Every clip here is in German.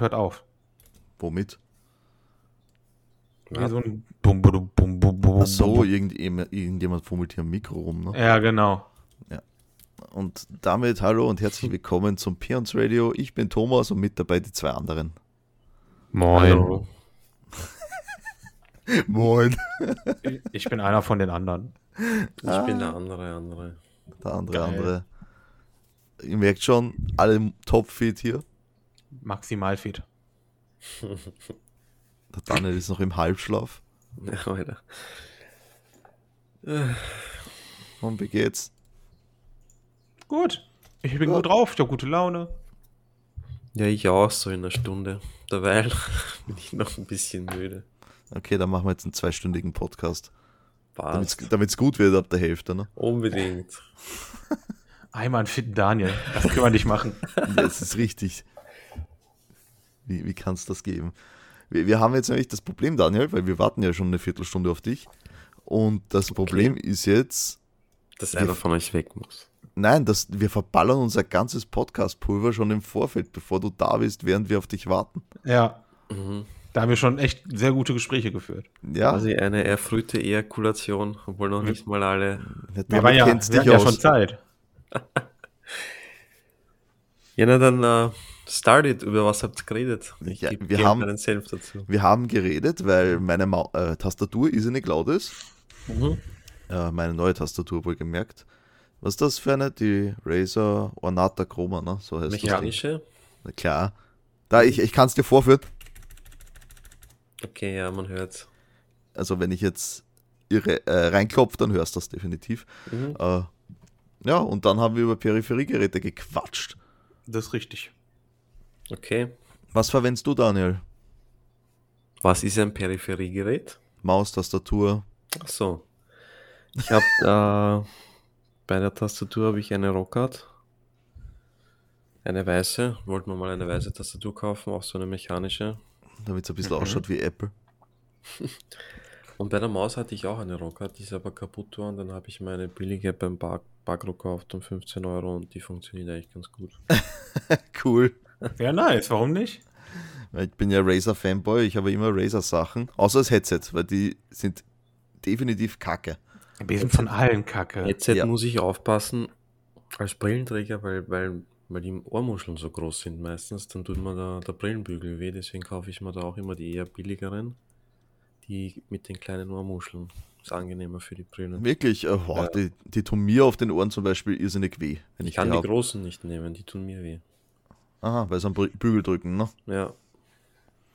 hört auf. Womit? Wie so ein bum, bum, bum, bum, bum, Ach so, bum. irgend, irgendjemand fummelt hier am Mikro rum. Ne? Ja, genau. Und damit hallo und herzlich willkommen zum Peons Radio. Ich bin Thomas und mit dabei die zwei anderen. Moin. Hallo. Moin. Ich bin einer von den anderen. Ich bin der andere, andere. Der andere, Geil. andere. Ihr merkt schon, alle topfit hier. Maximal fit. Der Daniel ist noch im Halbschlaf. Ja, Alter. Und wie geht's? Gut. Ich bin gut drauf, ich habe gute Laune. Ja, ich auch so in einer Stunde. Derweil bin ich noch ein bisschen müde. Okay, dann machen wir jetzt einen zweistündigen Podcast. Passt. Damit es gut wird ab der Hälfte. Ne? Unbedingt. Einmal einen fitten Daniel. Das können wir nicht machen. Das ist richtig. Wie, wie kann es das geben? Wir, wir haben jetzt nämlich das Problem, Daniel, weil wir warten ja schon eine Viertelstunde auf dich. Und das Problem ist jetzt, Dass einer von euch weg muss. nein, das, wir verballern unser ganzes Podcast-Pulver schon im Vorfeld, bevor du da bist, während wir auf dich warten. Ja. Mhm. Da haben wir schon echt sehr gute Gespräche geführt. Ja, Also, Quasi eine erfrühte Ejakulation, obwohl Hm. noch nicht mal alle. der Wir Daniel waren ja, kennt's wir hatten ja schon Zeit. Ja, na dann äh, started. Über was habt ihr geredet? Ja, geb- wir geb haben- meinen Senf dazu. Wir haben geredet, weil meine Mau äh, Tastatur Isonic Cloud ist. Mhm. Äh, meine neue Tastatur wohlgemerkt. Was ist das für eine? Die Razer Ornata Chroma, ne? So heißt das Ding. Mechanische? Na klar. Da, ich, ich kann es dir vorführen. Okay, ja, man hört. Also, wenn ich jetzt irre, äh, reinklopfe, dann hörst du das definitiv. Mhm. Äh, ja, und dann haben wir über Peripheriegeräte gequatscht. Das ist richtig. Okay. Was verwendest du, Daniel? Was ist ein Peripheriegerät? Maus, Tastatur. Ach so. Ich habe äh, bei der Tastatur habe ich eine Rockart. Eine weiße. Wollten wir mal eine weiße Tastatur kaufen, auch so eine mechanische. Damit es ein bisschen Mhm. ausschaut wie Apple. Und bei der Maus hatte ich auch eine Rockart, die ist aber kaputt war und dann habe ich meine billige beim Bar- Bagro gekauft um 15 Euro und die funktioniert eigentlich ganz gut. Cool. Ja, nice. Warum nicht? Weil Ich bin ja Razer-Fanboy, ich habe immer Razer-Sachen. Außer das Headset, weil die sind definitiv kacke. Wir sind von allen Kacke. Headset Ja. muss ich aufpassen als Brillenträger, weil, weil, weil die Ohrmuscheln so groß sind meistens, dann tut mir da der Brillenbügel weh, deswegen kaufe ich mir da auch immer die eher billigeren, die mit den kleinen Ohrmuscheln. Ist angenehmer für die Brillen. Wirklich, äh, boah, Ja. die, die tun mir auf den Ohren zum Beispiel irrsinnig weh. Wenn Ich ich kann die hab. großen nicht nehmen, die tun mir weh. Aha, weil sie am Bü- Bügel drücken, ne? Ja,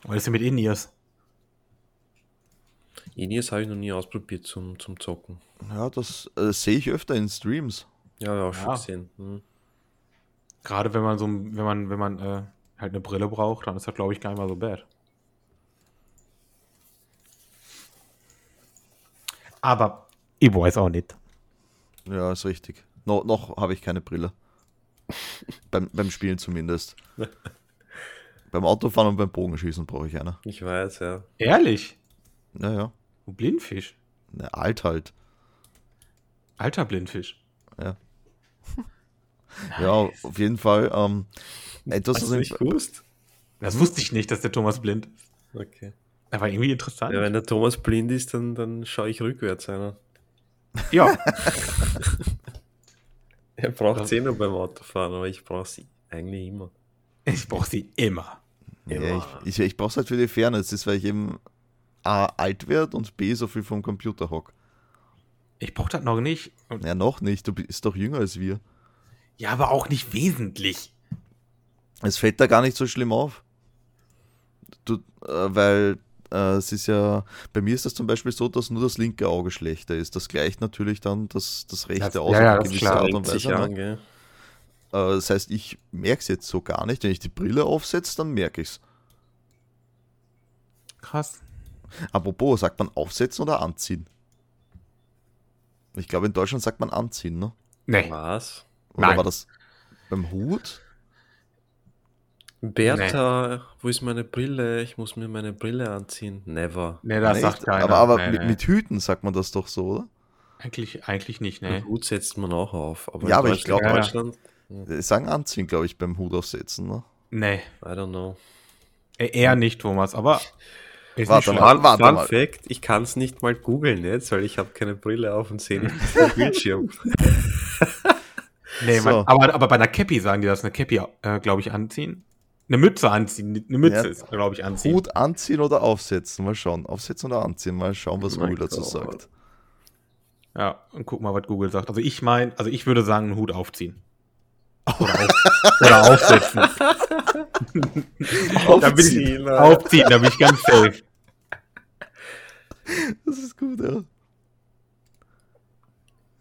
Was ist denn mit Indias? Ineas habe ich noch nie ausprobiert zum, zum Zocken. Ja, das äh, sehe ich öfter in Streams. Ja, ja, auch schon Ah. Ja. gesehen. Hm. Gerade wenn man so, ein- wenn man, wenn man äh, halt eine Brille braucht, dann ist das, glaube ich, gar nicht mal so bad. Aber ich weiß auch nicht. Ja, ist richtig. No, noch habe ich keine Brille. beim, beim Spielen zumindest. beim Autofahren und beim Bogenschießen brauche ich eine. Ich weiß, ja. Ehrlich? Naja, Ein Blindfisch? ne, alt halt. Alter Blindfisch. Ja, auf jeden Fall. Ähm, etwas, Hast was du im- nicht gewusst? Das wusste ich nicht, dass der Thomas blind ist. Okay. Aber irgendwie interessant. Ja, wenn der Thomas blind ist, dann, dann schaue ich rückwärts einer. Ja. Ja. Er braucht sie nur beim Autofahren, aber ich brauche sie eigentlich immer. ich brauche sie immer. Ja, ich ich, ich brauche es halt für die Fairness, das ist, weil ich eben A, alt werde und B, so viel vom Computer hock. Ich brauche das noch nicht. Und- Ja, noch nicht, du bist doch jünger als wir. Ja, aber auch nicht wesentlich. Es fällt da gar nicht so schlimm auf. Du, äh, weil äh, es ist ja, bei mir ist das zum Beispiel so, dass nur das linke Auge schlechter ist. Das gleicht natürlich dann das, das rechte Das- aus ja, ja, auf das ist gewisse klar. Art und Lenkt sich Weise. Ne? an, gell? Äh, das heißt, ich merke es jetzt so gar nicht. Wenn ich die Brille aufsetze, dann merke ich es. Krass. Apropos, sagt man aufsetzen oder anziehen? Ich glaube, in Deutschland sagt man anziehen, ne? Nee. Was? Oder Nein. war das beim Hut? Bertha, wo ist meine Brille? Ich muss mir meine Brille anziehen. Never. Nee, das Nicht? sagt keiner. Aber, aber nee, mit, nee. mit Hüten sagt man das doch so, oder? Eigentlich, eigentlich nicht, Nee. ne? Mhm. Hut setzt man auch auf. Aber Ja, in aber ich glaub- Deutschland- Äh, Deutschland, Die Sagen anziehen, glaube ich, beim Hut aufsetzen. Ne? Nee. I don't know. Äh, Eher nicht, Thomas, aber ist Warte nicht mal. schlecht. Fun, warte Fun mal. Fact, ich kann es nicht mal googeln jetzt, weil ich habe keine Brille auf und sehe nicht den Bildschirm. Nee, man, So. aber, aber bei einer Cappy sagen die das, eine Cappy, äh, glaube ich, anziehen. Eine Mütze anziehen, eine Mütze Ja. ist, glaube ich, anziehen. Hut anziehen oder aufsetzen? Mal schauen. Aufsetzen oder anziehen? Mal schauen, was Mein Google dazu Gott. sagt. Ja, und guck mal, was Google sagt. Also ich meine, also ich würde sagen, einen Hut aufziehen. Oh. Oder, auf, oder aufsetzen. Da bin ich, Aufziehen, Alter. aufziehen, da bin ich ganz safe. Das ist gut, ja.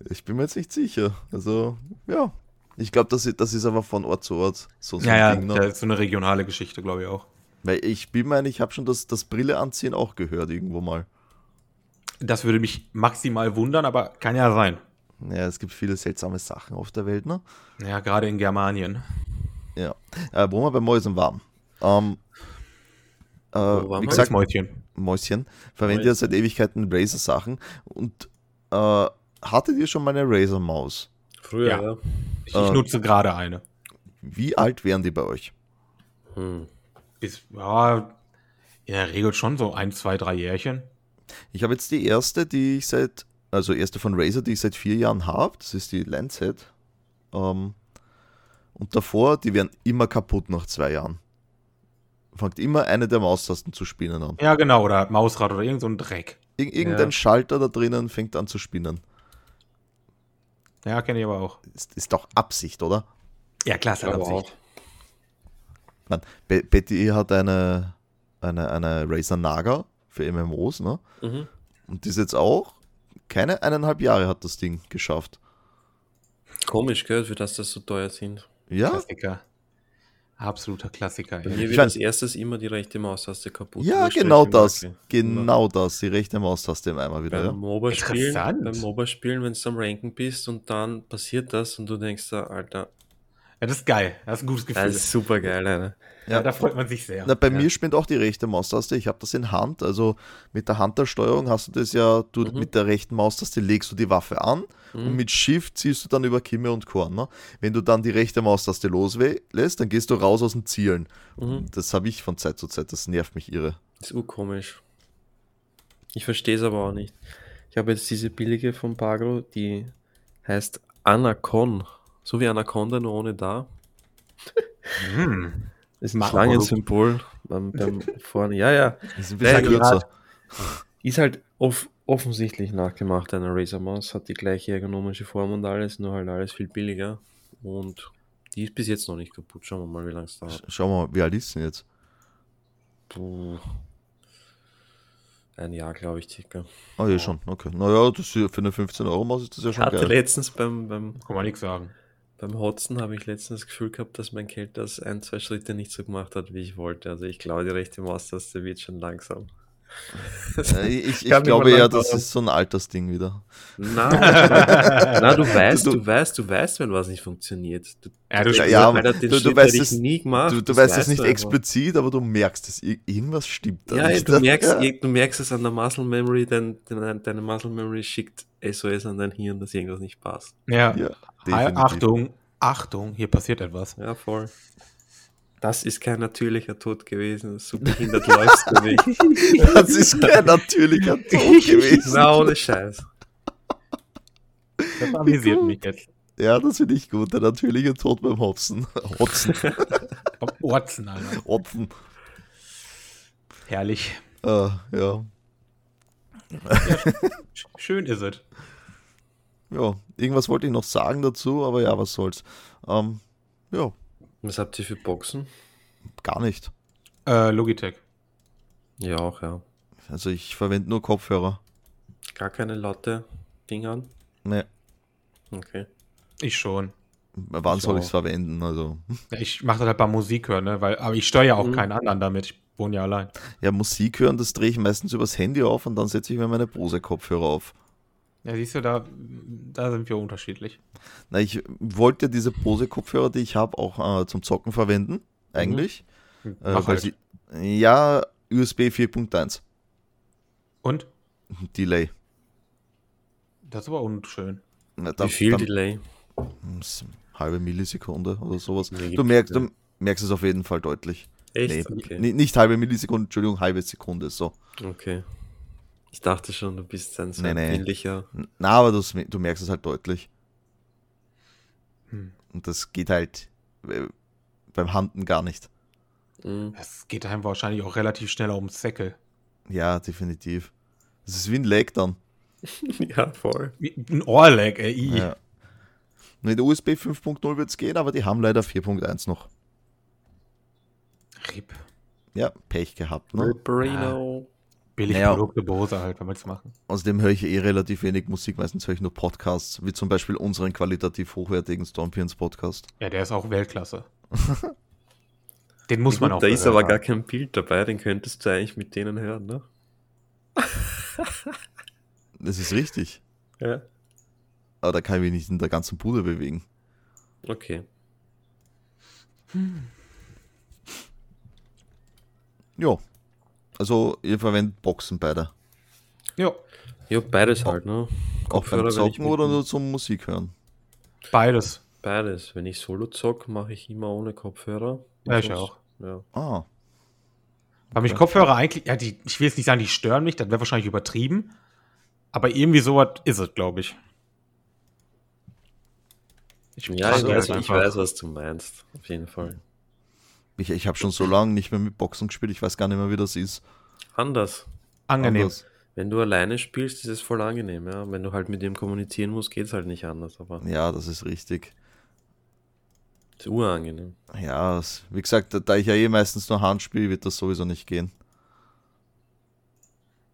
Ich bin mir jetzt nicht sicher. Also, ja. Ich glaube, das, ist- das ist aber von Ort zu Ort so, so Ja, ja, Ding. das Ne? ist so eine regionale Geschichte, glaube ich auch. Weil ich bin meine, ich habe schon das, das Brille anziehen auch gehört irgendwo mal. Das würde mich maximal wundern, aber kann ja sein. Ja, es gibt viele seltsame Sachen auf der Welt, ne? Ja, gerade in Germanien. Ja. Äh, wo wir bei Mäusen waren. Ähm, äh, Wo wie waren wir? gesagt, Mäuschen. Mäuschen, verwende ja seit Ewigkeiten Razer-Sachen und äh, hattet ihr schon mal eine Razer-Maus? Früher, Ja. ja. Ich, Äh. ich nutze gerade eine. Wie alt wären die bei euch? Hm. Ist, ja, in der Regel schon so ein, zwei, drei Jährchen. Ich habe jetzt die erste, die ich seit, also erste von Razer, die ich seit vier Jahren habe, das ist die Lancet. Ähm, und davor, die werden immer kaputt nach zwei Jahren. Fangt immer eine der Maustasten zu spinnen an. Ja, genau, oder Mausrad oder irgend so ein Dreck. Ir irgendein Ja. Schalter da drinnen fängt an zu spinnen. Ja, kenne ich aber auch. Ist, ist doch Absicht, oder? Ja, klar, ist halt Aber Absicht. auch. Man, Be Betty hat eine, eine, eine Razer Naga für MMOs, ne? Mhm. Und die ist jetzt auch, keine eineinhalb Jahre hat das Ding geschafft. Komisch, gell, für das das so teuer sind. Ja? Klassiker. Absoluter Klassiker. Bei Ey. mir Ich wird mein- als erstes immer die rechte Maustaste kaputt. Ja, Wurscht, genau welche das. Marke. Genau das. Die rechte Maustaste im Eimer wieder. Beim Ja. MOBA-Spielen, Interessant. beim MOBA-Spielen, wenn du am Ranken bist und dann passiert das und du denkst, da, Alter, Ja, das ist geil. Das ist ein gutes Gefühl. das ist super geil, Alter. ja. Ja. Da freut man sich sehr. Na, bei ja. mir spinnt auch die rechte Maustaste. Ich habe das in Hand. Also mit der Handsteuerung hast du das ja, du Mhm. mit der rechten Maustaste legst du die Waffe an und mit Shift ziehst du dann über Kimme und Korn. Ne? Wenn du dann die rechte Maustaste loslässt, dann gehst du raus aus dem Zielen. Mhm. Das habe ich von Zeit zu Zeit. Das nervt mich irre. Ist urkomisch. Ich verstehe es aber auch nicht. Ich habe jetzt diese billige von Pagro, die heißt Anacon. So wie Anaconda, nur ohne da. Hm. Ist ein Ma- Schlangensymbol beim, beim vorne. Ja, ja. Das ist ein Ja, bisschen kürzer. Ist halt off offensichtlich nachgemacht, eine Razer Maus. Hat die gleiche ergonomische Form und alles, nur halt alles viel billiger. Und die ist bis jetzt noch nicht kaputt. Schauen wir mal, wie lange es dauert. Schau mal, wie alt ist denn jetzt? Puh. Ein Jahr, glaube ich, circa. Ah, ja, schon. Okay. Naja, das ist ja für eine 15-Euro-Maus ist das ja Ich schon hatte geil. letztens beim, beim Kann man nichts sagen. Beim Hotzen habe ich letztens das Gefühl gehabt, dass mein Geld das ein, zwei Schritte nicht so gemacht hat, wie ich wollte. Also ich glaube, die rechte Maustaste wird schon langsam. Äh, Ich, ich Kann nicht glaube ja, mehr lang das dauern. ist so ein Altersding wieder. Na, na, du weißt, du weißt, du weißt, wenn was nicht funktioniert. Du, Ja, du Ja, ja, ja. aber Alter, den du- du Schritt weißt hätte es- ich nie gemacht. du du das weißt es nicht du einfach. explizit, aber du merkst es. Ir- Irgendwas stimmt da Ja, nicht. du merkst, ja. du merkst es an der Muscle Memory, dein, dein, deine Muscle Memory schickt SOS an dein Hirn, dass irgendwas nicht passt. Ja, Hi- definitiv. Achtung, Achtung, hier passiert etwas. Ja, voll. Das ist kein natürlicher Tod gewesen. Super behindert läufst du nicht. Das ist kein natürlicher Tod gewesen. Na, ohne Scheiß. Das amüsiert gut. mich jetzt. Ja, das finde ich gut. Der natürliche Tod beim Hopfen. Hopfen. Am Orzen, Alter. Hopfen. Herrlich. Äh, ja. Sch- Schön ist es. ja. Irgendwas wollte ich noch sagen dazu, aber ja, was soll's. Ähm, ja, Was habt ihr für Boxen? gar nicht. Äh, Logitech. Ja, auch, ja. Also ich verwende nur Kopfhörer. Gar keine laute Ding an. Nee, Okay. Ich schon. wann Ich soll auch. ich es verwenden? Also. Ja, ich mache das halt bei Musik hören, ne? Weil, aber ich steuere ja auch Mhm. keinen anderen damit. Ich wohne ja allein. Ja, Musik hören, das drehe ich meistens übers Handy auf und dann setze ich mir meine Bose-Kopfhörer auf. Ja, siehst du, da, da sind wir unterschiedlich. Na, ich wollte diese Bose-Kopfhörer, die ich habe, auch äh, zum Zocken Mhm. verwenden, eigentlich. Äh, Mach weil halt. sie, ja, USB 4.1, Und? Delay. Das ist aber unschön. Na, Wie viel Delay? s- halbe Millisekunde oder sowas. Nee, Du merkst, ja. du merkst es auf jeden Fall deutlich. Echt? Nee, okay. ni- Nicht halbe Millisekunde, Entschuldigung, halbe Sekunde. So. okay. Ich dachte schon, du bist ein so Nee, ein nee. ähnlicher. Na, aber das, du merkst es halt deutlich. Hm. Und das geht halt äh, beim Handen gar nicht. Mhm. Es geht einem wahrscheinlich auch relativ schnell ums Säckel. Ja, definitiv. Das ist wie ein Lag dann. ja, voll. Wie- Ein Ohrlag, ey. i. Ja. Und in der USB 5.0 wird es gehen, aber die haben leider 4.1 noch. Rip. Ja, Pech gehabt. Ne? Ripperino. Billig Naja. Produkte Bose halt, wenn wir es machen. Außerdem höre ich eh relativ wenig Musik, meistens höre ich nur Podcasts, wie zum Beispiel unseren qualitativ hochwertigen Stormpions Podcast. Ja, der ist auch Weltklasse. Den muss man auch. Da ist gehört aber gar haben. kein Bild dabei, den könntest du eigentlich mit denen hören, ne? Das ist richtig. Ja. Aber da kann ich mich nicht in der ganzen Bude bewegen. Okay. Ja. Also, ihr verwendet Boxen beide. Jo, Ja, beides halt, ne? Auch beim Kopfhörer, wenn ich Zocken mit- oder nur zum Musik hören. beides. Beides. Wenn ich solo zock, mache ich immer ohne Kopfhörer. Und Ja, ich sonst- auch. Ja. Ah, Weil mich Kopfhörer eigentlich, ja, die, ich will jetzt nicht sagen, die stören mich, das wäre wahrscheinlich übertrieben. Aber irgendwie sowas ist es, glaube ich. Ich Ja, mag ich, die weiß, halt ich einfach. weiß, was du meinst. Auf jeden Fall. ich, ich habe schon so lange nicht mehr mit Boxen gespielt, ich weiß gar nicht mehr, wie das ist. Anders. Angenehm. Anders. Wenn du alleine spielst, ist es voll angenehm, ja. Wenn du halt mit dem kommunizieren musst, geht's halt nicht anders, aber Ja, das ist richtig. ist urangenehm. Ja, es- wie gesagt, da- da ich ja eh meistens nur Hand spiele, wird das sowieso nicht gehen.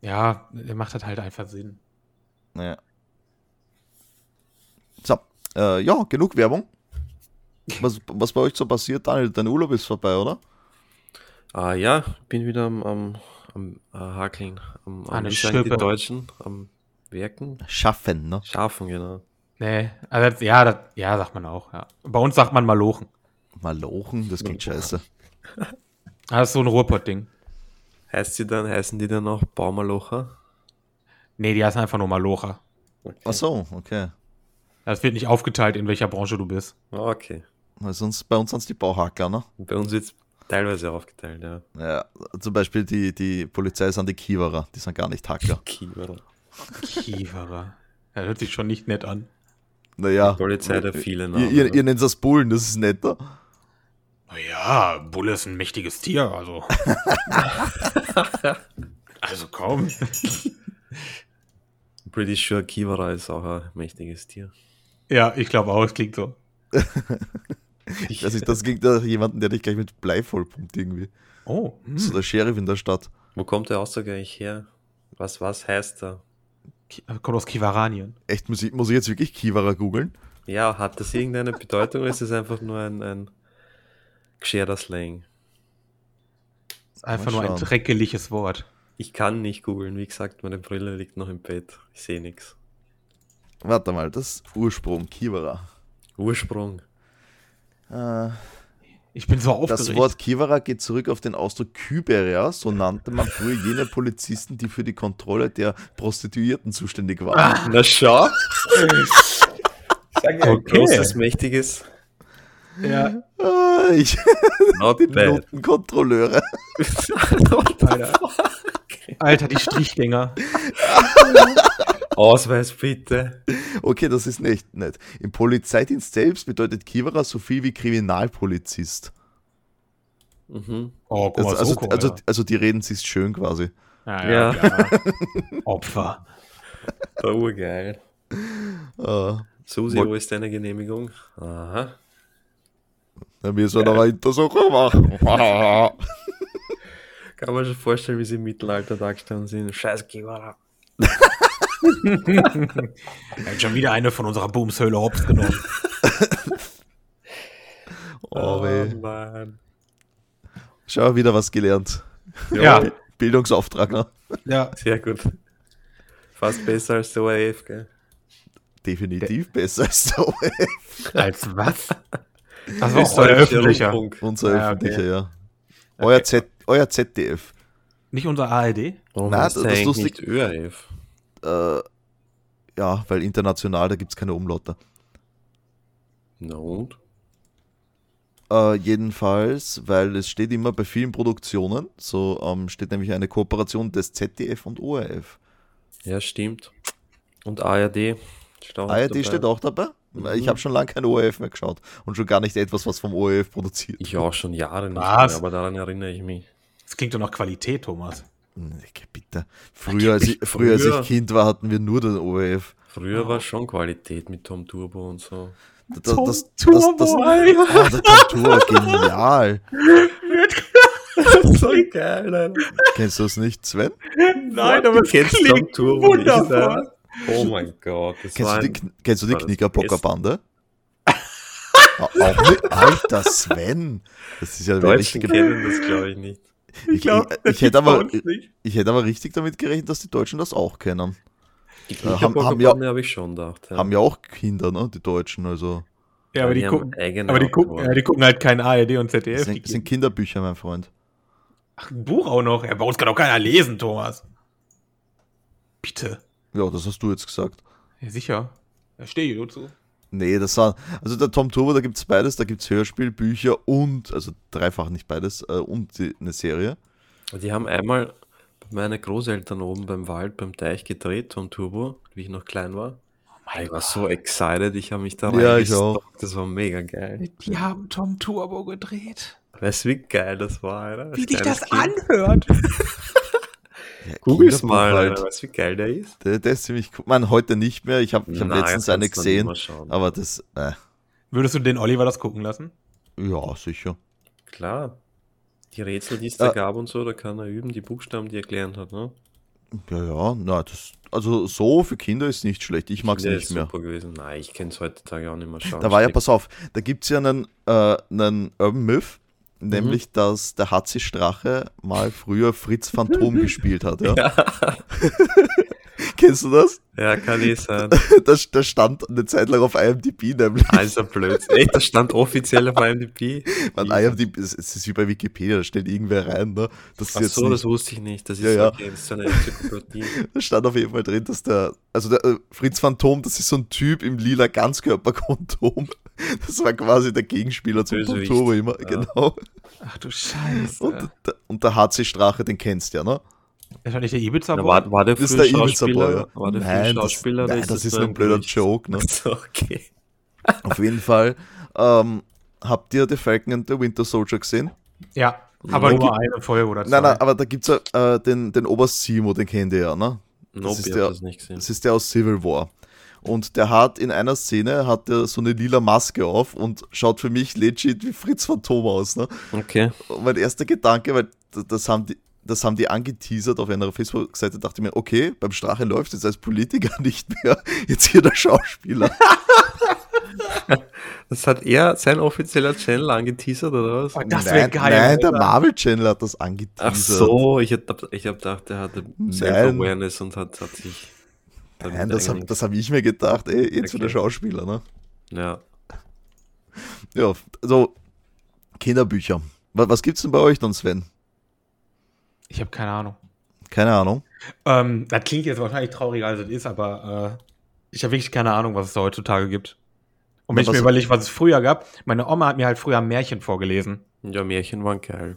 Ja, der macht das halt einfach Sinn. Naja. So, äh, ja, genug Werbung. Was, was bei euch so passiert, Daniel? Dein Urlaub ist vorbei, oder? Ah ja, bin wieder am, am, am äh, Hakeln, am, am Eine wie sagen die Schippe. Deutschen, am Werken, Schaffen, ne? Schafen, genau. Nee, also das, ja, das, ja, sagt man auch. Ja. Bei uns sagt man Malochen. Malochen, das klingt scheiße. Ah, Das ist so ein Ruhrpott-Ding. Heißt sie dann, heißen die dann auch Baumalocher? Nee, die heißen einfach nur Malocher. Ach so, okay. Das wird nicht aufgeteilt, in welcher Branche du bist. Ah, Okay. Weil sonst, bei uns sind die Bauhackler, ne? Bei uns wird's teilweise aufgeteilt, ja. Ja, zum Beispiel die, die Polizei sind die Kiewerer, die sind gar nicht Hackler. Kiewer. Kieferer. Das hört sich schon nicht nett an. Naja. äh, Polizei der viele Ihr, Namen. ihr, ihr ne? nennt das Bullen, das ist netter. Naja, Bulle ist ein mächtiges Tier, also. also komm. Pretty sure Kiwara ist auch ein mächtiges Tier. Ja, ich glaube auch, es klingt so. Ich weiß nicht, Also das klingt nach jemandem, der dich gleich mit Blei vollpumpt irgendwie. Oh, So hm. der Sheriff in der Stadt. Wo kommt der Aussage eigentlich her? Was, was heißt er? Ki- äh, kommt aus Kivaranien. Echt, muss ich, muss ich jetzt wirklich Kiewerer googeln? Ja, hat das irgendeine Bedeutung oder ist es einfach nur ein, ein gescherter Slang? Ist einfach Mal nur ein schauen. dreckeliges Wort. Ich kann nicht googeln, wie gesagt, meine Brille liegt noch im Bett. Ich sehe nichts. Warte mal, das Ursprung, Kiewerer. Ursprung. Äh, Ich bin so aufgeregt. Das Wort Kiewerer geht zurück auf den Ausdruck Kyberia, so nannte man früher jene Polizisten, die für die Kontrolle der Prostituierten zuständig waren. Na schau. okay. Ein großes, mächtiges. Ja, Äh, ich Not die Ah. bad. Notenkontrolleure. Alter. Alter, die Strichdinger. Ausweis bitte. Okay, das ist nicht nett. Im Polizeidienst selbst bedeutet Kiewerer so viel wie Kriminalpolizist. Mhm. Oh, guck Also, mal, also, Soko, also, Alter. also die reden sich schön quasi. ja, ja, klar. Opfer. Oh, geil. Äh, Susi, Wo- wo ist deine Genehmigung? Aha. na, wir sollen aber Untersuchung machen. Kann man schon vorstellen, wie sie im Mittelalter dargestanden sind. Scheiß Kiwara. Er hat schon wieder eine von unserer Boomshöhle hops genommen. oh, weh. Ah, Mann. Schau, wieder was gelernt. Ja. Bildungsauftrag, ne? ja. Sehr gut. Fast besser als der ORF, gell? Definitiv besser als der OF. Als was? Das war auch Österreichischer euer öffentlicher. Rundfunk. Unser Ah, öffentlicher, okay. ja. Euer, Z, euer ZDF. Nicht unser ARD? Warum Na, heißt das- der das eigentlich lustig- nicht ÖRF? Äh, ja, weil international, da gibt es keine Umlaute. Na und? Äh, jedenfalls, weil es steht immer bei vielen Produktionen, so ähm, steht nämlich eine Kooperation des ZDF und ORF. Ja, stimmt. Und ARD. Steht auch ARD dabei. steht auch dabei? Ich Mhm. habe schon lange kein ORF mehr geschaut und schon gar nicht etwas, was vom ORF produziert. Ich auch schon Jahre nicht Was? mehr, aber daran erinnere ich mich. Das klingt doch nach Qualität, Thomas. Nee, Bitte. Früher, als ich, früher, als früher. ich Kind war, hatten wir nur den ORF. Früher war schon Qualität mit Tom Turbo und so. Das, das, das, das, Turbo, das, Alter. Ah, der Kontur, genial. so geil, Alter. Kennst du das nicht, Sven? Nein, aber es klingt wundervoll. Oh mein Gott, das Kennst war du die, ein, Kn- kennst du die war das Knickerbocker-Bande? Ah, Auch nicht? Alter, Sven! Das ist ja Deutschen wirklich ge- kennen das, glaube ich, nicht. ich, ich, glaub, ich, hätte aber, Bei uns nicht. ich hätte aber richtig damit gerechnet, dass die Deutschen das auch kennen. Die Äh, haben- haben ja- Knickerbockerbande habe ich schon gedacht. Ja. Haben ja auch Kinder, ne? Die Deutschen, also. Ja, genau, aber die, haben gucken, eigene aber die, gucken, Autoren. ja, die gucken halt kein ARD und ZDF. Das Die sind, sind gehen- Kinderbücher, mein Freund. Ach, ein Buch auch noch. Ja, bei uns kann doch keiner lesen, Thomas. Bitte. Ja, das hast du jetzt gesagt. Ja, sicher. Da stehe ich nur zu. Nee, das war. Also der Tom Turbo, da gibt's beides, da gibt's Hörspiel, Bücher und, also dreifach nicht beides, äh, und die, eine Serie. Die haben einmal bei meine Großeltern oben beim Wald, beim Teich gedreht, Tom Turbo, wie ich noch klein war. Oh ich war so excited, ich habe mich da Ja, ich reingestockt, Das war mega geil. Die haben Tom Turbo gedreht. Weißt du, wie geil das war, Alter? Als Wie dich kleines das Kind. anhört. Ja, Google's Kinderbuch mal, halt. Alter. Weißt du, wie geil der ist? Der, der ist ziemlich cool. Man, heute nicht mehr. Ich habe ich hab Na, letztens kannst eine dann gesehen. immer schauen. Aber das, äh, Würdest du den Oliver das gucken lassen? ja, sicher. Klar. Die Rätsel, die es da Äh. gab und so, da kann er üben, die Buchstaben, die er gelernt hat, ne? Ja, ja, na, das, also so für Kinder ist nicht schlecht. Ich mag es Der nicht ist mehr. Super gewesen. Nein, ich kenne es heutzutage auch nicht mehr schauen. Da war ja, Steckt- pass auf, da gibt es ja einen, äh, einen Urban Myth, nämlich, dass der Hatzi Strache mal früher Fritz Phantom gespielt hat. Ja? Kennst du das? Ja, kann eh sein. das? Das stand eine Zeit lang auf IMDb, nämlich. Also Blödsinn. Echt, das stand offiziell auf IMDb. Man, IMDb, es es ist wie bei Wikipedia, da stellt irgendwer rein. Ne? Das ist Ach jetzt so, nicht- das wusste ich nicht. Das ist Ja, ja. okay, das ist eine Enzyklopädie. Da stand auf jeden Fall drin, dass der, also der äh, Fritz Phantom, das ist so ein Typ im lila Ganzkörperkondom. Das war quasi der Gegenspieler zum Tom Bösewicht. Turbo immer, Ja. genau. Ach du Scheiße. Und, der- und der HC Strache, den kennst du ja, ne? Das war nicht der ibiza Na, war, war der Das ist früher der Ibiza-Boy, Schauspieler? ja. War der früher Nein, das- Schauspieler? nein, oder das ist nur nur ein blöder Blödsinn? Joke, ne? Ach so, okay. Auf jeden Fall. Ähm, habt ihr The Falcon and the Winter Soldier gesehen? Ja, aber Ja, nur eine Folge oder zwei. Nein, nein, aber da gibt's ja äh, den, den Oberst Simo, den kennt ihr ja, ne? Nope, ist ich der- hab das nicht gesehen. Das ist der aus Civil War. Und der hat in einer Szene hat er so eine lila Maske auf und schaut für mich legit wie Fritz Phantom aus, ne? Okay. Und mein erster Gedanke, weil d- das haben die, das haben die angeteasert auf einer Facebook-Seite, dachte ich mir, okay, beim Strache läuft jetzt als Politiker nicht mehr, jetzt hier der Schauspieler. Das hat er sein offizieller Channel angeteasert, oder was? Oh, das nein, wäre geil. nein der Alter. Marvel Channel hat das angeteasert. Ach so, ich hab, ich hab gedacht, der hatte Self-Awareness und hat, hat sich. damit Nein, das habe eingelenkt. das hab ich mir gedacht, ey, jetzt wird der Okay. Schauspieler, ne? Ja. Ja, also Kinderbücher. Was, was gibt's denn bei euch dann, Sven? Ich habe keine Ahnung. Keine Ahnung. Ähm, das klingt jetzt wahrscheinlich trauriger, als es ist, aber äh, ich habe wirklich keine Ahnung, was es da heutzutage gibt. Und wenn ich Na, mir was- überlege, was es früher gab, meine Oma hat mir halt früher Märchen vorgelesen. Ja, Märchen waren geil.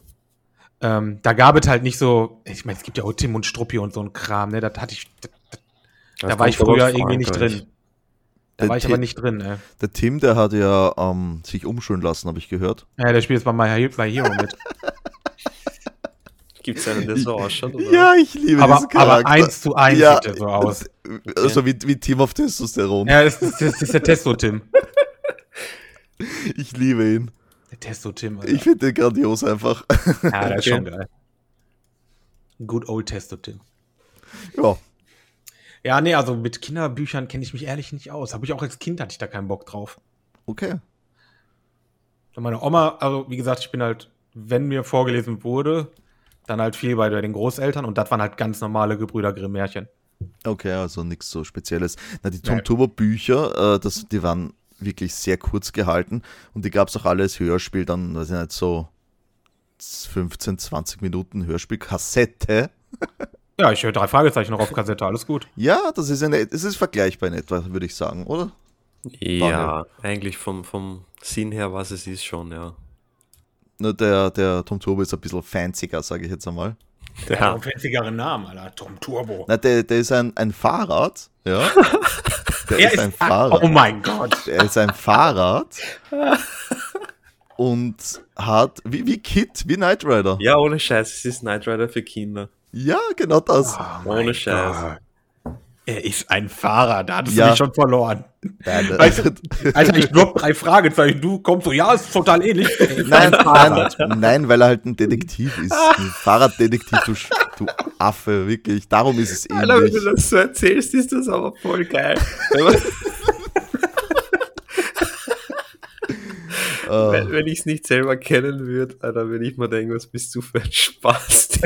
Ähm, da gab es halt nicht so, ich meine, es gibt ja auch Tim und Struppi und so ein Kram, ne? Das hatte ich, da, da Das war ich kommt aber früher aus irgendwie nicht Frankreich. drin. Da Der war ich Ti- aber nicht drin, ne? Der Tim, der hat ja ähm, sich umschulen lassen, habe ich gehört. Ja, der spielt jetzt bei My Hero, My Hero mit. Gibt es einen, der so ausschaut? Oder? ich liebe aber, aber eins zu eins Ja, sieht der so aus. Also wie, wie Team auf Testosteron. Ja, das ist, das ist der Testo-Tim. Ich liebe ihn. Der Testo-Tim. Alter. Ich finde den grandios einfach. Ja, das ist Okay. schon geil. Good old Testo-Tim. Ja, Ja, nee, also mit Kinderbüchern kenne ich mich ehrlich nicht aus. Habe ich auch als Kind hatte ich da keinen Bock drauf. okay. Und meine Oma, also wie gesagt, ich bin halt, wenn mir vorgelesen wurde, dann halt viel bei den Großeltern und das waren halt ganz normale Gebrüder Grimm Märchen. Okay, also nichts so Spezielles. Na, die Tom Nee. Turbo Bücher, äh, das, die waren wirklich sehr kurz gehalten und die gab es auch alle als Hörspiel, dann, weiß ich nicht, so 15, 20 Minuten Hörspiel, Kassette. Ja, ich höre drei Fragezeichen noch auf Kassette, alles gut. Ja, das ist, eine, es ist vergleichbar in etwa, würde ich sagen, oder? Ja, eigentlich vom, vom Sinn her, was es ist schon, ja. Na, der, der Tom Turbo ist ein bisschen fanziger, sage ich jetzt einmal. Der hat einen fetzigeren Namen, Alter. Tom Turbo. Na, der, der ist ein, ein Fahrrad, ja. Der Er ist ein Oh Fahrrad. mein Gott. Der ist ein Fahrrad. Und hat, wie, wie Kid, wie Knight Rider. Ja, ohne Scheiß, es ist Knight Rider für Kinder. Ja, genau das. Ohne Scheiß. Oh Gott. Er ist ein Fahrer, da hattest Ja. du mich schon verloren. Nein, Weißt also- Alter, ich drop drei Fragezeichen, du kommst so, ja, ist total ähnlich. nein, nein, nein, weil er halt ein Detektiv ist. Ein Fahrraddetektiv, du, Sch- du Affe, wirklich. Darum ist es Alter, wenn du ähnlich. das so erzählst, ist das aber voll geil. Äh, Oh. wenn wenn ich es nicht selber kennen würde, Alter, würde ich mir denken, was bist du für ein Spaß?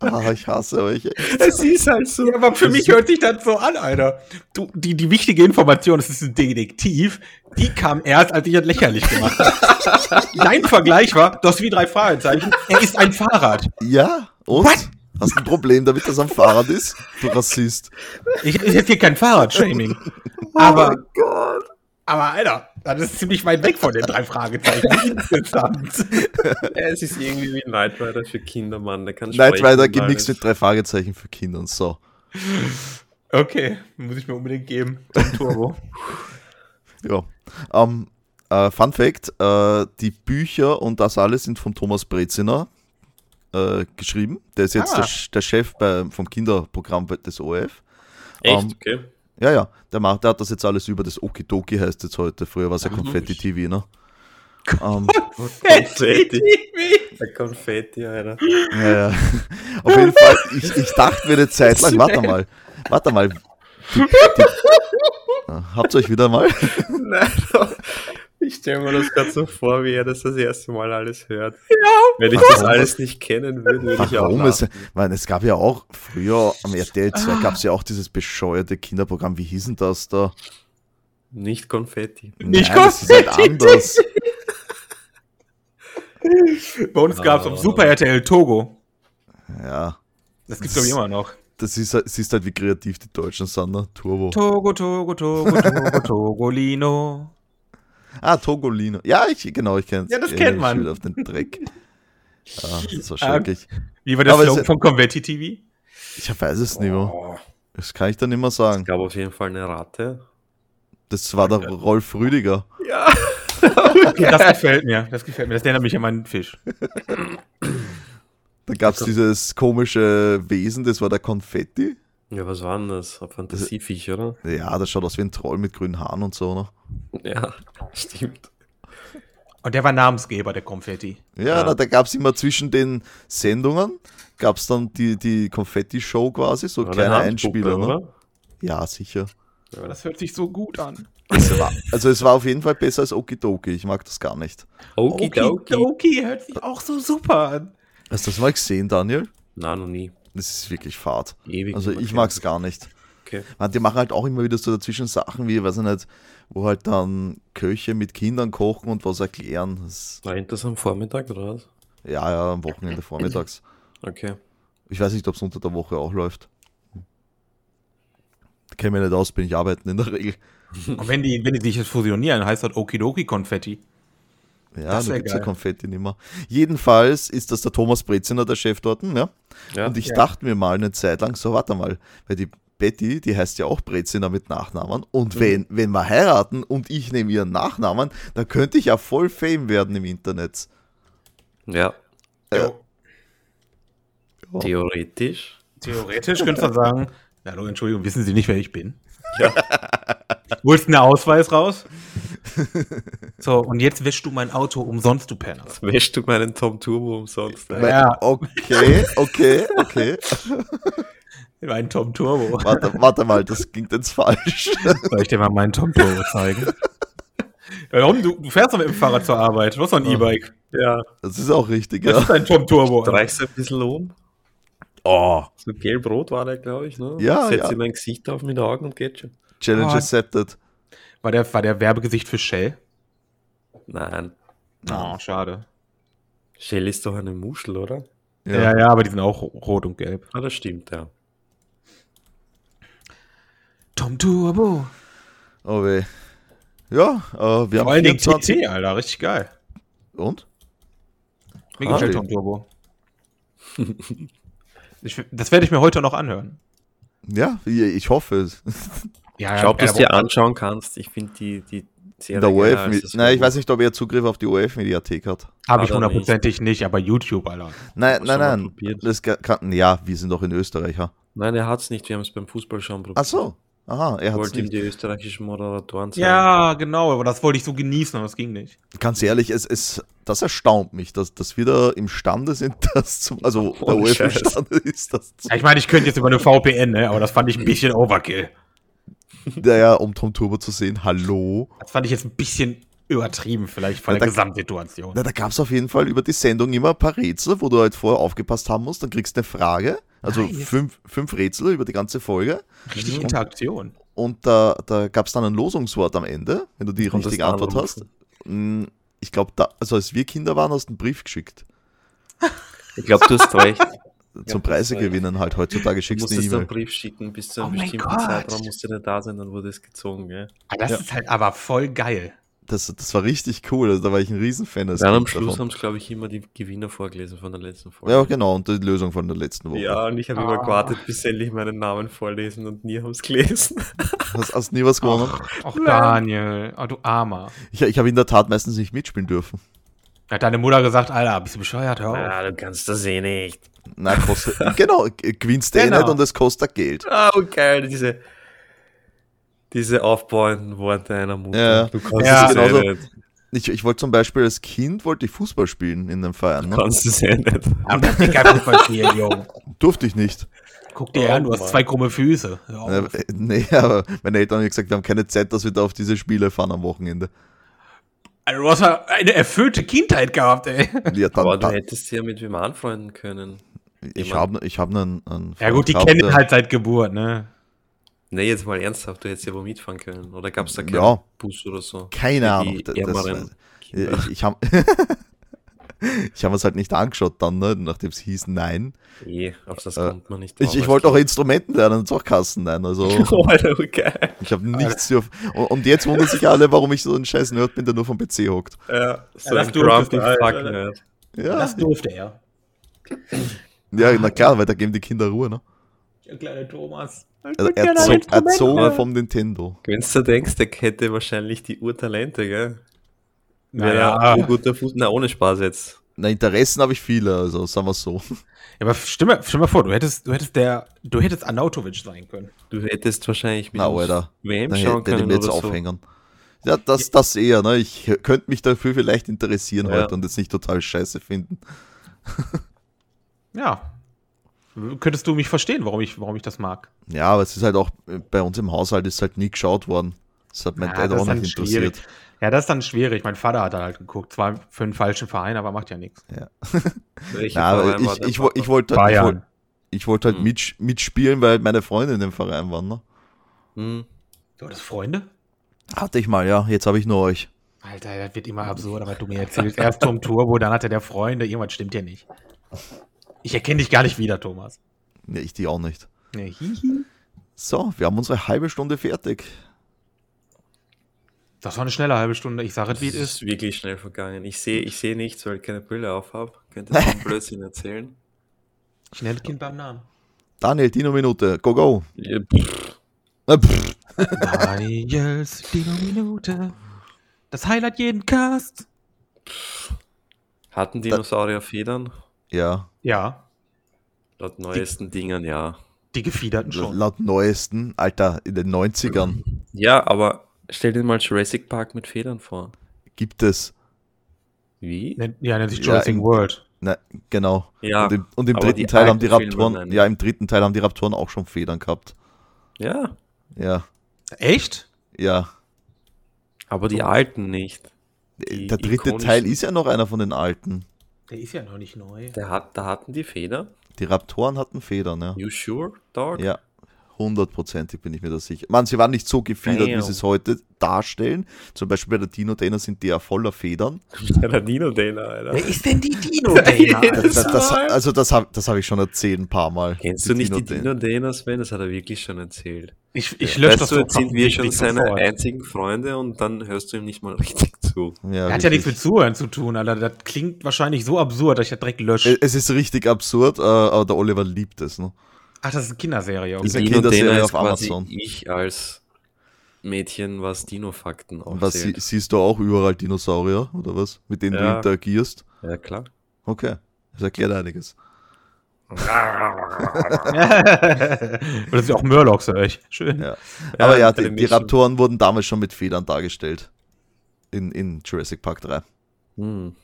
ah, ich hasse euch. es ist halt so. Ja, aber für mich hört sich das so an, Alter. Du, die, die wichtige Information, es ist ein Detektiv, die kam erst, als ich das lächerlich gemacht habe. Dein Vergleich war, das wie drei Fragezeichen, er ist ein Fahrrad. Ja, und? What? Hast du ein Problem damit, dass er am Fahrrad ist? Du Rassist. Ich ist jetzt hier kein Fahrradshaming. Aber, Gott. Oh aber Alter, das ist ziemlich weit weg von den drei Fragezeichen insgesamt. Es ist irgendwie wie Knight Rider für Kinder, Mann. Der kann Knight sprechen Rider und gemixt alles. mit drei Fragezeichen für Kinder und so. Okay, muss ich mir unbedingt geben. Tom Turbo. Ja. Ähm, äh, Fun Fact: äh, Die Bücher und das alles sind von Thomas Breziner äh, geschrieben. Der ist jetzt Ah. der, Sch- der Chef bei, vom Kinderprogramm bei- des ORF. Echt, Ähm, okay. ja, ja, der, macht, der hat das jetzt alles über das Okidoki heißt jetzt heute. Früher war es ja Konfetti TV, ne? Ähm, Konfetti. Der Konfetti, Alter. ja, ja. Auf jeden Fall, ich, ich dachte mir eine Zeit lang, warte mal, warte mal. Die, die, Ah, habt ihr euch wieder mal? Nein, aber ich stelle mir das gerade so vor, wie er das das erste Mal alles hört. Ja. Wenn ich das alles nicht kennen würde, würde ich auch Warum lachen. es? Weil es gab ja auch früher am RTL 2 gab es ja auch dieses bescheuerte Kinderprogramm. Wie hieß denn das da? nicht Konfetti. Nicht das ist halt anders. Bei uns gab es auf Super RTL Togo. Ja, Das gibt's glaube ich immer noch. das ist, halt- siehst halt, wie kreativ die Deutschen sind, ne? Turbo. Togo, Togo, Togo, Togo, Togolino. Ah, Togolino. Ja, ich, genau, ich kenne Ja, das kennt man. auf den Dreck. Ah, das war Ah, schrecklich. Wie war das Aber Slogan es- von Convetti TV? Ich weiß es nicht mehr. Oh. Das kann ich dann nicht mehr sagen. Es gab auf jeden Fall eine Ratte. Das war der Rolf Rüdiger. Ja. Das gefällt mir. Das gefällt mir. Das erinnert mich an meinen Fisch. Da gab es dieses komische Wesen, das war der Konfetti. Ja, was war denn das? Ein Fantasieviech, oder? Ja, das schaut aus wie ein Troll mit grünen Haaren und so, ne? Ja, stimmt. Und der war Namensgeber, der Konfetti. Ja, Ja. Na, da gab es immer zwischen den Sendungen, gab es dann die, die Konfetti-Show quasi, so War eine kleine Handpuppe, Einspieler. Ne? Ja, sicher. Ja, das- hört sich so gut an. Es war, also es war auf jeden Fall besser als Okidoki, ich mag das gar nicht. Okidoki. Okidoki hört sich auch so super an. Hast du das mal gesehen, Daniel? Nein, noch nie. Das ist wirklich fad. Ewig. Also nicht ich mehr mag es gar nicht. Okay. Man, die machen halt auch immer wieder so dazwischen Sachen wie, weiß ich nicht, wo halt dann Köche mit Kindern kochen und was erklären. Das, Rennt das am Vormittag oder was? ja, ja, am Wochenende vormittags. Okay. Ich weiß nicht, ob es unter der Woche auch läuft. Kenne mich nicht aus, bin ich arbeiten in der Regel. Und wenn die, wenn die sich jetzt fusionieren, heißt das Okidoki Konfetti. Ja, Das da wär gibt's ja geil. Konfetti nicht mehr. Jedenfalls ist das der Thomas Breziner, der Chef dort, ja? Ja. Und ich Ja. dachte mir mal eine Zeit lang, so warte mal, weil die Betty, die heißt ja auch Breziner mit Nachnamen. Und Mhm. wenn, wenn wir heiraten und ich nehme ihren Nachnamen, dann könnte ich ja voll Fame werden im Internet. ja. Ja. Jo, Oh. Theoretisch. Theoretisch könnte man sagen, na hallo, Entschuldigung, wissen Sie nicht, wer ich bin? Ja. Holst einen Ausweis raus? So, und jetzt wäschst du mein Auto umsonst, du Penner. Wäschst du meinen Tom Turbo umsonst? Alter? Ja. Okay, okay, okay. Mein Tom Turbo. Warte, warte mal, das klingt jetzt falsch. Soll ich dir mal meinen Tom Turbo zeigen? Warum? Du, du fährst doch mit dem Fahrrad zur Arbeit. Du hast doch ein E-Bike. Ja. Das ist auch richtig, Das ja. ist ein Tom Turbo. Reichst ein bisschen um. Oh, So gelb-rot war der, glaube ich, ne? Ja, Setzt ja. ihm ein Gesicht auf mit den Augen und geht schon. Challenge Oh. accepted. War der, war der Werbegesicht für Shell? Nein. Oh, schade. Shell ist doch eine Muschel, oder? Ja. ja, aber die sind auch ro- rot und gelb. Ah, das stimmt, ja. Tom Turbo. Oh weh. Ja, äh, wir Vor haben allen Dingen 24 TT, Alter. Richtig geil. und? Mir Ah, gefällt nee. Tom Turbo. ich, das werde ich mir heute noch anhören. Ja, ich- ich hoffe es. Ja, Ich glaube, du ja, es dir anschauen kannst. Ich finde die, die Serie. In der geiler OF. als das Nein, ich Buch. weiß nicht, ob er Zugriff auf die OF-Mediathek hat. Habe ich Aber nicht. hundertprozentig nicht, aber YouTube, Alter. Nein, schon mal nein, nein. probiert. Das ga- kann, ja, wir sind doch in Österreich. Ja. Nein, er hat es nicht. Wir haben es beim Fußballschauen probiert. Ach so. Aha, er hat Wollte ihm nicht. die österreichischen Moderatoren zeigen. Ja, genau, aber das wollte ich so genießen, aber das ging nicht. Ganz ehrlich, es, es, das erstaunt mich, dass, dass wir da imstande sind, das zu. Also, der Ohne OF Scheiß. imstande ist, das zu. Ja, ich meine, ich könnte jetzt über eine VPN, ne, aber das fand ich ein bisschen Overkill. Naja, um Tom Turbo zu sehen, hallo. Das fand ich jetzt ein bisschen übertrieben, vielleicht von Ja, der da- Gesamtsituation. Na, da gab es auf jeden Fall über die Sendung immer ein paar Rätsel, wo du halt vorher aufgepasst haben musst. Dann kriegst du eine Frage. Ah, Also Nice. fünf, fünf Rätsel über die ganze Folge. Richtig Und- Interaktion. Und da, da gab es dann ein Losungswort am Ende, wenn du die Konntest richtige du Antwort hast. anrufen. Mm, Ich glaube, da, also als wir Kinder waren, hast du einen Brief geschickt. Ich glaube, du hast recht. Zum das Preise war ja- gewinnen halt. Heutzutage Du schickst du eine musstest einen E-Mail. Brief schicken, bis zu einem Oh mein bestimmten Gott. Zeitraum musste der da sein, dann wurde es gezogen, gell? Ah, Das Ja. ist halt aber voll geil. Das, das war richtig cool. Also, da war ich ein Riesenfan. als Dann am Kind Schluss davon. haben es, glaube ich, immer die Gewinner vorgelesen von der letzten Folge. Ja, genau. Und die Lösung von der letzten Woche. Ja, und ich habe Ah. immer gewartet, bis sie endlich meinen Namen vorlesen und nie haben es gelesen. Hast, hast nie was gewonnen? Ach, Nein. Daniel, oh, du Armer. Ich, ich habe in der Tat meistens nicht mitspielen dürfen. Hat deine Mutter gesagt, Alter, bist du bescheuert? Hör auf. du kannst das eh nicht. Na, kostet, genau, äh, gewinnst du eh Genau. nicht und es kostet Geld. Oh, geil, diese, diese aufbauenden Worte einer Ja. Also, ne? Mutter. Du kannst Ja. es Genauso. eh nicht. Ich, ich wollte zum Beispiel als Kind wollte ich Fußball spielen in den Verein. Du Ne? kannst es eh nicht. Aber das ist kein Fußballspiel, Junge. Durfte ich nicht. Guck dir an, du hast Mann. zwei krumme Füße. Hör auf. Äh, äh, nee, aber meine Eltern haben mir gesagt, wir haben keine Zeit, dass wir da auf diese Spiele fahren am Wochenende. Also, du hast ja eine erfüllte Kindheit gehabt, ey. Ja, Aber dann, du dann, hättest sie ja mit wem anfreunden können. ich jemand- habe ich hab einen, einen Ja gut, die Freund kennen gehabt, halt seit Geburt, ne? Nee, jetzt mal ernsthaft, du hättest ja wo mitfahren können. Oder gab es da keinen Ja. Bus oder so? der- Keine Für die Ahnung. Das, ärmeren das, Kinder. Äh, ich ich habe ich hab es halt nicht angeschaut dann, ne, nachdem es hieß, nein. Eh, auf das Äh, kommt man nicht Also- Ich, ich wollte auch Instrumenten lernen und auch Kassen nein. Also Oh, Alter, geil. ich habe nichts. Auf, und, und jetzt wundern sich alle, warum ich so ein scheiß Nerd bin, der nur vom PC hockt. Ja, so das ein durftest grumpy du, Alter. fuck ne? nerd. Ja, durfte er. ja na klar, weil da geben die Kinder Ruhe, ne? Der kleine Thomas. Also erzo erzogen vom Nintendo. Wenn du denkst, der hätte wahrscheinlich die Urtalente, gell? Wäre Naja, ein ja, guter Fuß. Na, ohne Spaß jetzt. Na, Interessen habe ich viele, also sagen wir so. aber stell mal, stell mal vor, du hättest, du hättest der, du hättest Arnautovic sein können. Du hättest wahrscheinlich mit Na, uns Alter. WM Da schauen hätte ich können mir oder jetzt so. aufhängern. Ja, das, das eher, ne? Ich könnte mich dafür vielleicht interessieren Ja. heute und jetzt nicht total scheiße finden. Ja. Könntest du mich verstehen, warum ich, warum ich das mag? Ja, aber es ist halt auch, äh, bei uns im Haushalt ist halt nie geschaut worden. Das hat Ah, mein Ja, Dad das auch ist dann nicht interessiert. Ja, das ist dann schwierig. Mein Vater hat dann halt geguckt. Zwar für einen falschen Verein, aber macht ja nichts. Welcher Na, aber Verein ich, war dein ich, wo- Papa? ich wollte halt, ich wollte, Bayern. ich wollte halt Hm. mitsch- mitspielen, weil meine Freunde in dem Verein waren. Ne? Hm. Du hattest Freunde? Hatte ich mal, ja. Jetzt habe ich nur euch. Alter, das wird immer absurder, was du mir erzählst. Erst Tom Turbo, dann hatte der Freunde. Irgendwas stimmt ja nicht. Ich erkenne dich gar nicht wieder, Thomas. Nee, ich die auch nicht. Nee, hihi. So, wir haben unsere halbe Stunde fertig. Das war eine schnelle halbe Stunde. Ich sage es, wie Das es ist. ist wirklich schnell vergangen. Ich sehe ich sehe nichts, weil ich keine Brille auf habe. Könntest du einen Blödsinn erzählen? Ich nenne das Kind beim Namen. Daniel, Dino-Minute. Go, go. Ja, Äh, pff, Daniels Dino-Minute. Das Highlight jeden Cast. Hatten Dinosaurier Federn? Ja, Ja, Laut neuesten Dingern, ja. die Gefiederten schon. laut neuesten, Alter, in den 90ern Ja, aber stell dir mal Jurassic Park mit Federn vor. gibt es. Wie? Nennt, ja, nennt sich Ja, Jurassic in- World. Na, genau. Ja, und im, und im aber dritten die Teil haben die alten Filme, Raptoren, meine ich. ja, im dritten Teil haben die Raptoren auch schon Federn gehabt. Ja, Ja, Echt? ja. aber die alten nicht. Die Der dritte ikonischen- Teil ist ja noch einer von den alten. Der ist ja noch nicht neu. Der hat, da hatten die Federn. Die Raptoren hatten Federn, ja. You sure, Dog? Ja, hundertprozentig bin ich mir da sicher. Man, sie waren nicht so gefiedert, wie Damn. sie es heute darstellen. Zum Beispiel bei der Dino-Dana sind die ja voller Federn. Der Dino Dana, Alter. Wer ist denn die Dino-Dana? Das, das, das, Nein. also das habe das hab ich schon erzählt ein paar Mal. Kennst du nicht die Dino-Dana? Dino Dana, Sven? Das hat er wirklich schon erzählt. Ich, ich lösche das Weißt du, jetzt sind wir nicht schon richtig seine sofort. einzigen Freunde und dann hörst du ihm nicht mal richtig zu. Ja, Er hat ja wirklich. nichts mit Zuhören zu tun, Alter. Das klingt wahrscheinlich so absurd, dass ich das direkt lösche. Es ist richtig absurd, äh, aber der Oliver liebt es. Ne? Ach, das ist eine Kinderserie. Ist Okay. eine Dino Kinderserie Dana auf ist quasi Amazon. Ich als Mädchen, was Dino-Fakten Und was sie, aufzählt. siehst du auch überall Dinosaurier oder was, mit denen du Ja. interagierst? Ja, klar. Okay, das erklärt einiges. Oder sind auch Murlocs, höre ich. Schön. Ja. Aber ja, die, die Animation. Raptoren wurden damals schon mit Federn dargestellt. In, in Jurassic Park 3. Hm.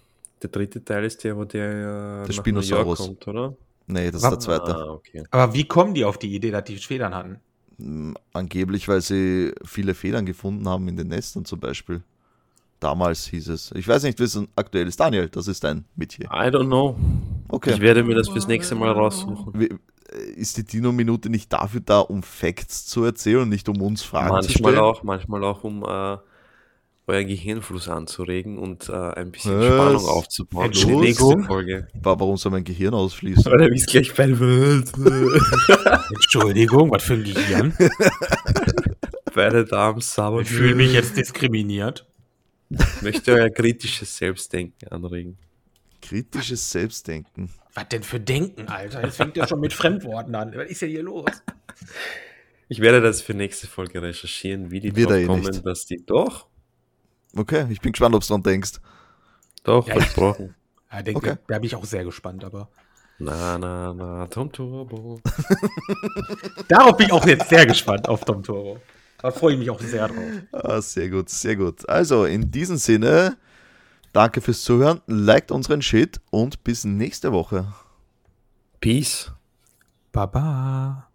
Der dritte Teil ist der, wo der, äh, nach New York Spinosaurus. kommt, oder? Nee, das ist Wa- der zweite. Ah, okay. Aber wie kommen die auf die Idee, dass die Federn hatten? Mm, Angeblich, weil sie viele Federn gefunden haben in den Nestern zum Beispiel. Damals hieß es. Ich weiß nicht, wie es aktuell ist. Daniel, das ist dein Metier. I don't know. Ich Okay. werde mir das fürs nächste Mal raussuchen. Wie- äh, Ist die Dino-Minute nicht dafür da, um Facts zu erzählen und nicht um uns Fragen zu Manchmal stellen? auch, manchmal auch, um äh, euer Gehirnfluss anzuregen und äh, ein bisschen Was? Spannung aufzubauen. für die nächste Entschuldigung? Folge. Wa- Warum soll mein Gehirn ausfließen? Weil er ist gleich bei Welt. Entschuldigung, was für ein Gehirn? Beide Damen sauber. Ich fühle mich jetzt diskriminiert. Möchte euer kritisches Selbstdenken anregen. Kritisches Selbstdenken. Was denn für Denken, Alter? Jetzt fängt er schon mit Fremdworten an. Was ist ja hier los? Ich werde das für nächste Folge recherchieren, wie die Wird er eh drauf kommen, nicht. dass die. Doch, Okay, ich bin gespannt, ob du dran denkst. doch, Ja, ich- versprochen. Ja, denke, Okay. Da bin ich auch sehr gespannt, aber. Na, na, na, Tom Turbo. Darauf bin ich auch jetzt sehr gespannt auf Tom Toro. Da freue ich mich auch sehr drauf. Ah, sehr gut, sehr gut. Also, in diesem Sinne, danke fürs Zuhören, liked unseren Shit und bis nächste Woche. Peace. Baba.